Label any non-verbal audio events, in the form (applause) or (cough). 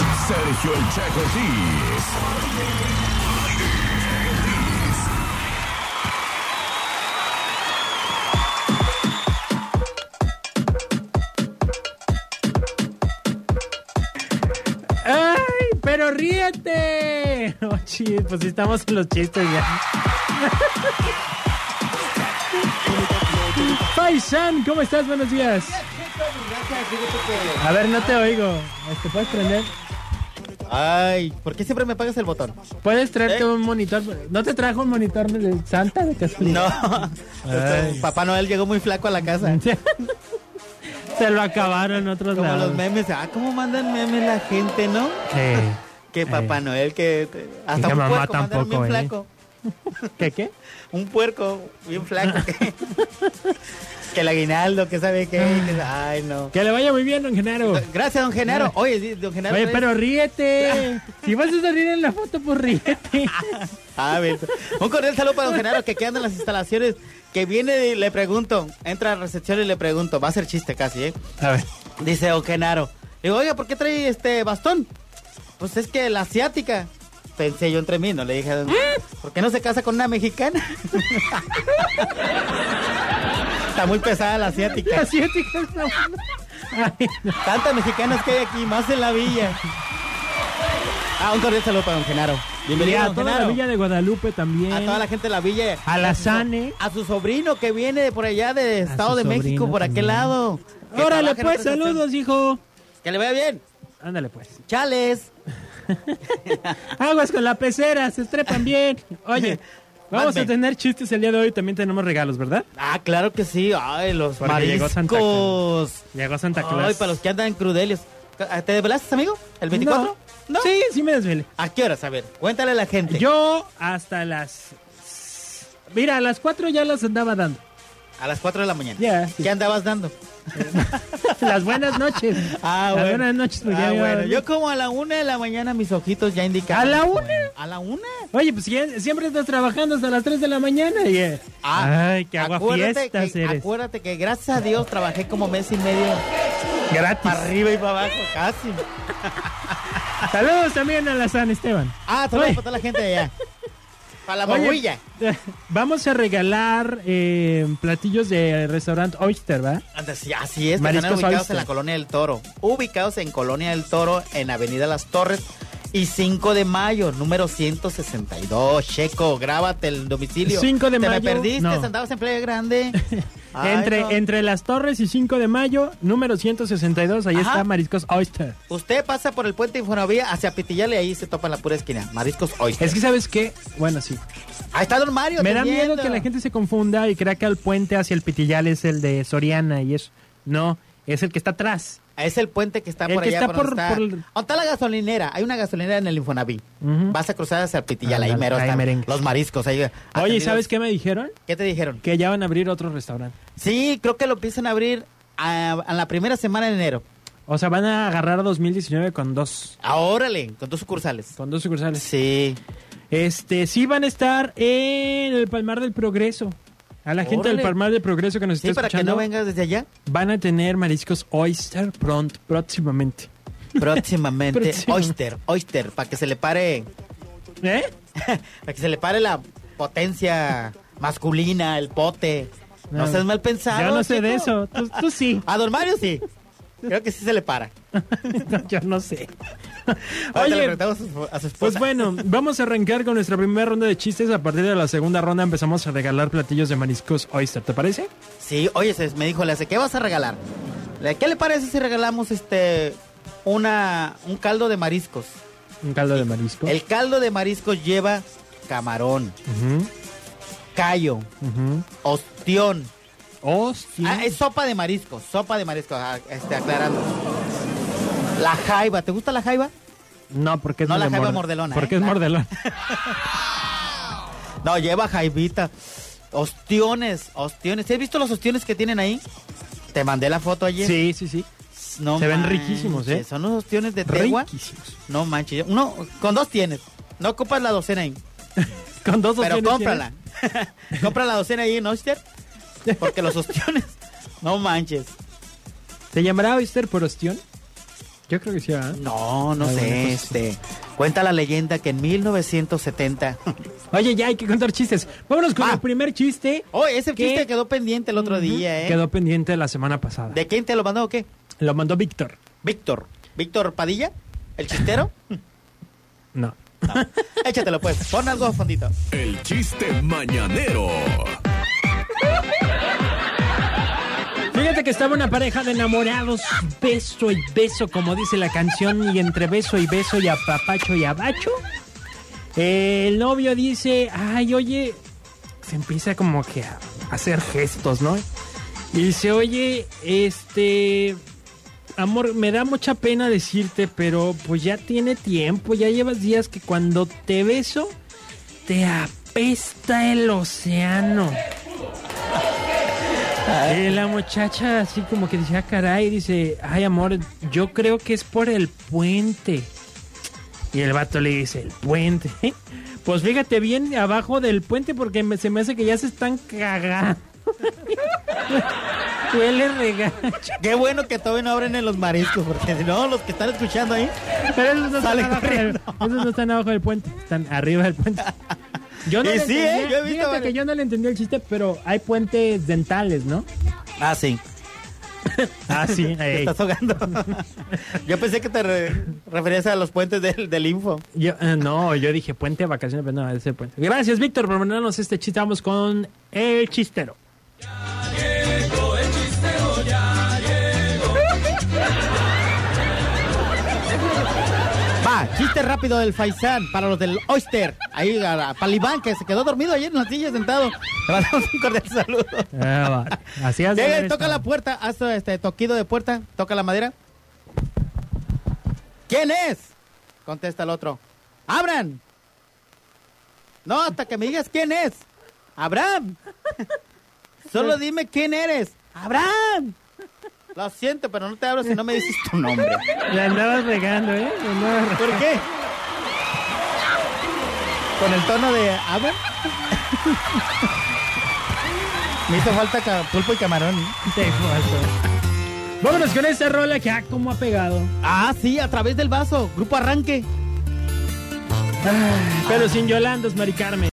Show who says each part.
Speaker 1: Sergio El Checo Ortiz.
Speaker 2: ¡Ay, pero ríete! (laughs) Oh, chis, pues estamos en los chistes ya. (laughs) Faishan, ¿cómo estás? Buenos días. A ver, no te oigo. ¿Te puedes prender?
Speaker 3: Ay, ¿por qué siempre me pagas el botón?
Speaker 2: ¿Puedes traerte un monitor? ¿No te trajo un monitor de Santa de
Speaker 3: No.
Speaker 2: casualidad?
Speaker 3: Este, (laughs) Papá Noel llegó muy flaco a la
Speaker 2: (laughs)
Speaker 3: casa.
Speaker 2: Se lo acabaron en otros
Speaker 3: Como
Speaker 2: lados.
Speaker 3: los memes. Ah, ¿cómo mandan memes la gente, no?
Speaker 2: Sí.
Speaker 3: (laughs) Que Papá
Speaker 2: Eh.
Speaker 3: Noel, que... te- Hasta
Speaker 2: que
Speaker 3: un
Speaker 2: mamá
Speaker 3: puerco mandaron
Speaker 2: tampoco,
Speaker 3: bien
Speaker 2: ¿eh?
Speaker 3: flaco.
Speaker 2: ¿Qué qué?
Speaker 3: Un puerco bien flaco.
Speaker 2: (laughs)
Speaker 3: que, que el aguinaldo, que sabe qué. que- ay, no.
Speaker 2: Que le vaya muy bien, don Genaro.
Speaker 3: Gracias, don Genaro. Oye, sí, don Genaro. ¿eh?
Speaker 2: Oye,
Speaker 3: ¿sabes?
Speaker 2: pero ríete. Si vas a salir en la foto, pues
Speaker 3: (laughs)
Speaker 2: ríete.
Speaker 3: Ah, bien. Un cordial saludo para don Genaro que quedan en las instalaciones. Que viene y le pregunto, entra a recepción y le pregunto, va a ser chiste casi, ¿eh?
Speaker 2: A ver.
Speaker 3: Dice don Genaro. Digo, oiga, ¿por qué trae este bastón? Pues es que la asiática. Pensé yo entre mí, no le dije, a don- ¿por qué no se casa con una mexicana? (laughs) Está muy pesada la asiática.
Speaker 2: Así es, hija, es la buena. Ay, no.
Speaker 3: Tantas mexicanas que hay aquí, más en la villa. Ah, un cordial saludo para don Genaro.
Speaker 2: Y
Speaker 3: Bienvenido,
Speaker 2: a
Speaker 3: don
Speaker 2: toda la
Speaker 3: Genaro.
Speaker 2: Villa de Guadalupe también.
Speaker 3: A toda la gente de la villa.
Speaker 2: A la
Speaker 3: Y su so-
Speaker 2: Sane.
Speaker 3: A su sobrino que viene de por allá de
Speaker 2: su
Speaker 3: Estado de
Speaker 2: sobrino
Speaker 3: México, por aquel
Speaker 2: también.
Speaker 3: lado. Que
Speaker 2: Órale,
Speaker 3: trabaja en
Speaker 2: pues,
Speaker 3: otra estación.
Speaker 2: saludos, hijo.
Speaker 3: Que le vaya bien.
Speaker 2: Ándale, pues.
Speaker 3: Chales.
Speaker 2: Aguas con la pecera, se estrepan bien.
Speaker 3: (laughs)
Speaker 2: Oye, vamos
Speaker 3: Mande.
Speaker 2: a tener chistes el día de hoy. También tenemos regalos, ¿verdad?
Speaker 3: Ah, claro que sí. Ay, los
Speaker 2: Porque llegó Santa
Speaker 3: mariscos.
Speaker 2: Llegó Santa Claus.
Speaker 3: Ay, para los que andan en crudelios. ¿Te desvelaste, amigo? ¿El 24?
Speaker 2: No. Sí, sí me desvelé.
Speaker 3: ¿A qué horas? A ver, cuéntale a la gente.
Speaker 2: Yo hasta las... Mira, a las 4 ya las andaba dando.
Speaker 3: A las 4 de la mañana.
Speaker 2: Ya, sí.
Speaker 3: ¿Qué andabas dando?
Speaker 2: (laughs) Las buenas noches.
Speaker 3: Ah,
Speaker 2: Las
Speaker 3: bueno.
Speaker 2: buenas noches. porque ya
Speaker 3: Ah,
Speaker 2: me iba a
Speaker 3: bueno.
Speaker 2: dormir.
Speaker 3: Yo como a la una de la mañana mis ojitos ya indicaban.
Speaker 2: ¿A la
Speaker 3: como-
Speaker 2: una?
Speaker 3: ¿A la una?
Speaker 2: Oye, pues sie- siempre estás trabajando hasta las 3 de la mañana. Y, eh,
Speaker 3: Ah,
Speaker 2: Ay, qué agua
Speaker 3: acuérdate
Speaker 2: fiestas
Speaker 3: que,
Speaker 2: eres.
Speaker 3: Acuérdate que gracias a Dios trabajé como mes y medio
Speaker 2: Gratis.
Speaker 3: para arriba y para abajo, casi.
Speaker 2: Saludos también a la San Esteban.
Speaker 3: Ah, saludos
Speaker 2: Oye.
Speaker 3: para toda la gente de allá. Para la
Speaker 2: Oye,
Speaker 3: babuilla.
Speaker 2: (laughs) Vamos a regalar eh, platillos de restaurante Oyster, ¿va?
Speaker 3: Anda, sí, Así es, que
Speaker 2: Mariscos
Speaker 3: están ubicados
Speaker 2: Oyster.
Speaker 3: en la Colonia del Toro. Ubicados en Colonia del Toro, en Avenida Las Torres y 5 de mayo, número 162. Checo, grábate el domicilio.
Speaker 2: 5 de
Speaker 3: ¿Te
Speaker 2: mayo,
Speaker 3: me perdiste,
Speaker 2: no.
Speaker 3: andabas en Playa Grande. Ay,
Speaker 2: (laughs) entre,
Speaker 3: no.
Speaker 2: entre las Torres y 5 de mayo, número 162, ahí
Speaker 3: Ajá.
Speaker 2: está Mariscos Oyster.
Speaker 3: Usted pasa por el puente Infonavía hacia Pitillale y ahí se topa en la pura esquina. Mariscos Oyster.
Speaker 2: Es que, ¿sabes qué? Bueno, sí.
Speaker 3: Ahí está Don Mario.
Speaker 2: Me da miedo
Speaker 3: atendiendo.
Speaker 2: que la gente se confunda y crea que el puente hacia el Pitillal es el de Soriana y eso. No, es el que está atrás.
Speaker 3: Es el puente que está
Speaker 2: El
Speaker 3: por
Speaker 2: que
Speaker 3: allá.
Speaker 2: está
Speaker 3: por donde
Speaker 2: por-
Speaker 3: está.
Speaker 2: por el-
Speaker 3: ¿Dónde está la gasolinera? Hay una gasolinera en el Infonaví.
Speaker 2: Ujú.
Speaker 3: Vas a cruzar hacia Pitillal, ahí
Speaker 2: Ándale,
Speaker 3: mero
Speaker 2: ahí
Speaker 3: están
Speaker 2: merengue.
Speaker 3: los mariscos. Ahí,
Speaker 2: Oye,
Speaker 3: atendidos.
Speaker 2: ¿sabes qué me dijeron?
Speaker 3: ¿Qué te dijeron?
Speaker 2: Que ya van a abrir otro restaurante.
Speaker 3: Sí, creo que lo empiezan a abrir a, a la primera semana de enero.
Speaker 2: O sea, van a agarrar 2019 con dos.
Speaker 3: Ah, órale, con dos sucursales.
Speaker 2: Con dos sucursales.
Speaker 3: Sí.
Speaker 2: Este, sí van a estar en el Palmar del Progreso. A la gente del
Speaker 3: Órale.
Speaker 2: Palmar del Progreso que nos está
Speaker 3: Sí, para que
Speaker 2: escuchando,
Speaker 3: no vengas desde allá.
Speaker 2: van a tener mariscos oyster pronto, próximamente. (laughs)
Speaker 3: Próximamente,
Speaker 2: Próximo.
Speaker 3: Oyster, Oyster, para que se le pare,
Speaker 2: ¿Eh?
Speaker 3: para que se le pare la potencia masculina, el pote. No,
Speaker 2: No,
Speaker 3: seas mal pensado.
Speaker 2: Yo no sé de
Speaker 3: chico.
Speaker 2: eso. Tú, tú sí. (laughs)
Speaker 3: A Don Mario sí. Creo que sí se le para.
Speaker 2: No, yo no sé.
Speaker 3: Ahorita
Speaker 2: Oye,
Speaker 3: le preguntamos a su, a su esposa.
Speaker 2: Pues
Speaker 3: (laughs)
Speaker 2: bueno, vamos a arrancar con nuestra primera ronda de chistes. A partir de la segunda ronda empezamos a regalar platillos de mariscos oyster. ¿Te parece?
Speaker 3: Sí, oye, se- me dijo, le hace, ¿qué vas a regalar? Le- ¿Qué le parece si regalamos este una un caldo de mariscos?
Speaker 2: Un caldo de marisco.
Speaker 3: El caldo de mariscos lleva camarón,
Speaker 2: Ujú,
Speaker 3: callo,
Speaker 2: ujú.
Speaker 3: ostión.
Speaker 2: Hostia.
Speaker 3: Ah, es sopa de mariscos, sopa de mariscos, ah, este, aclarando. La jaiba, ¿te gusta la jaiba?
Speaker 2: No, porque es
Speaker 3: No, la
Speaker 2: de
Speaker 3: jaiba
Speaker 2: morde-
Speaker 3: mordelona,
Speaker 2: Porque
Speaker 3: ¿eh?
Speaker 2: es
Speaker 3: La- (laughs)
Speaker 2: mordelón.
Speaker 3: No, lleva jaibita. Ostiones, ostiones. ¿Sí ¿Has visto los ostiones que tienen ahí? Te mandé la foto ayer.
Speaker 2: Sí, sí, sí.
Speaker 3: No
Speaker 2: Se ven
Speaker 3: manches,
Speaker 2: riquísimos, ¿eh?
Speaker 3: Son los ostiones de tegua.
Speaker 2: Riquísimos.
Speaker 3: No manches, uno con dos tienes. No ocupas la docena ahí,
Speaker 2: Con dos
Speaker 3: pero
Speaker 2: opciones
Speaker 3: cómprala. (laughs) Compra la docena ahí en Oyster, porque los ostiones, (laughs) no manches.
Speaker 2: tienes. ¿Se llamará oyster por ostión? Yo creo que sí, ¿verdad?
Speaker 3: No, no
Speaker 2: Ah, bueno,
Speaker 3: sé,
Speaker 2: pues sí.
Speaker 3: este. Cuenta la leyenda que en 1970.
Speaker 2: Oye, ya hay que contar chistes. Vámonos con
Speaker 3: Va.
Speaker 2: el primer chiste.
Speaker 3: (laughs) Oh, ese
Speaker 2: ¿Qué?
Speaker 3: chiste quedó pendiente el otro día, ¿eh?
Speaker 2: Quedó pendiente la semana pasada.
Speaker 3: ¿De quién te lo mandó o qué?
Speaker 2: Lo mandó Víctor.
Speaker 3: Víctor. ¿Víctor Padilla? ¿El
Speaker 2: (laughs)
Speaker 3: chistero?
Speaker 2: No.
Speaker 3: No. Échatelo pues. Pon algo a fondito.
Speaker 1: El chiste mañanero.
Speaker 2: Fíjate que estaba una pareja de enamorados, beso y beso, como dice la canción, y entre beso y beso y apapacho y abacho. eh, El novio dice, ay, oye, se empieza como que a hacer gestos, ¿no? Y dice, oye, este, amor, me da mucha pena decirte, pero pues ya tiene tiempo, ya llevas días que cuando te beso, te apesta el océano. Eh, la muchacha así como que dice, ah, caray, dice, ay amor, yo creo que es por el puente. Y el vato le dice, el puente. (laughs) Pues fíjate bien abajo del puente porque me- se me hace que ya se están cagando. (laughs) Huele regacho.
Speaker 3: Qué bueno que todavía no abren en los mariscos, porque si no, los que están escuchando ahí.
Speaker 2: Pero esos no, están
Speaker 3: Sale
Speaker 2: abajo del, esos no están abajo del puente, están arriba del puente. Yo
Speaker 3: Y
Speaker 2: le
Speaker 3: sí, ¿eh?
Speaker 2: entendía-
Speaker 3: Yo he visto
Speaker 2: fíjate
Speaker 3: varios.
Speaker 2: que yo no le entendí el chiste, pero hay puentes dentales, ¿no?
Speaker 3: Ah, sí.
Speaker 2: Ah, (laughs) sí.
Speaker 3: Te estás ahogando. (laughs) Yo pensé que te re- referías a los puentes del, del info.
Speaker 2: Yo, eh, no, yo dije puente de vacaciones, pero no, ese puente. Gracias, Víctor, por mandarnos este chiste. Vamos con el chistero.
Speaker 3: Va, chiste rápido del Faisán para los del Oyster. Ahí, a, a Palibán, que se quedó dormido ayer en la silla sentado. Le mandamos un cordial saludo.
Speaker 2: Ah, va. (laughs) Así has de
Speaker 3: Llega
Speaker 2: haber
Speaker 3: y toca
Speaker 2: estado.
Speaker 3: la puerta, hace este toquido de puerta, toca la madera. ¿Quién es? Contesta el otro. ¡Abran! No, hasta que me digas quién es. ¡Abraham! (laughs) Solo dime quién eres. ¡Abraham! Lo siento, pero no te abro si no me dices tu nombre.
Speaker 2: La andabas regando, ¿eh? La andabas re-
Speaker 3: ¿Por qué? Con el tono de Abraham. (laughs) me hizo falta ca- pulpo y camarón. ¿eh?
Speaker 2: Te paso. (laughs) Vámonos con esta rola que, ah, cómo ha pegado.
Speaker 3: Ah, sí, a través del vaso. Grupo Arranque.
Speaker 2: Pero sin Yolandos, Mari Carmen.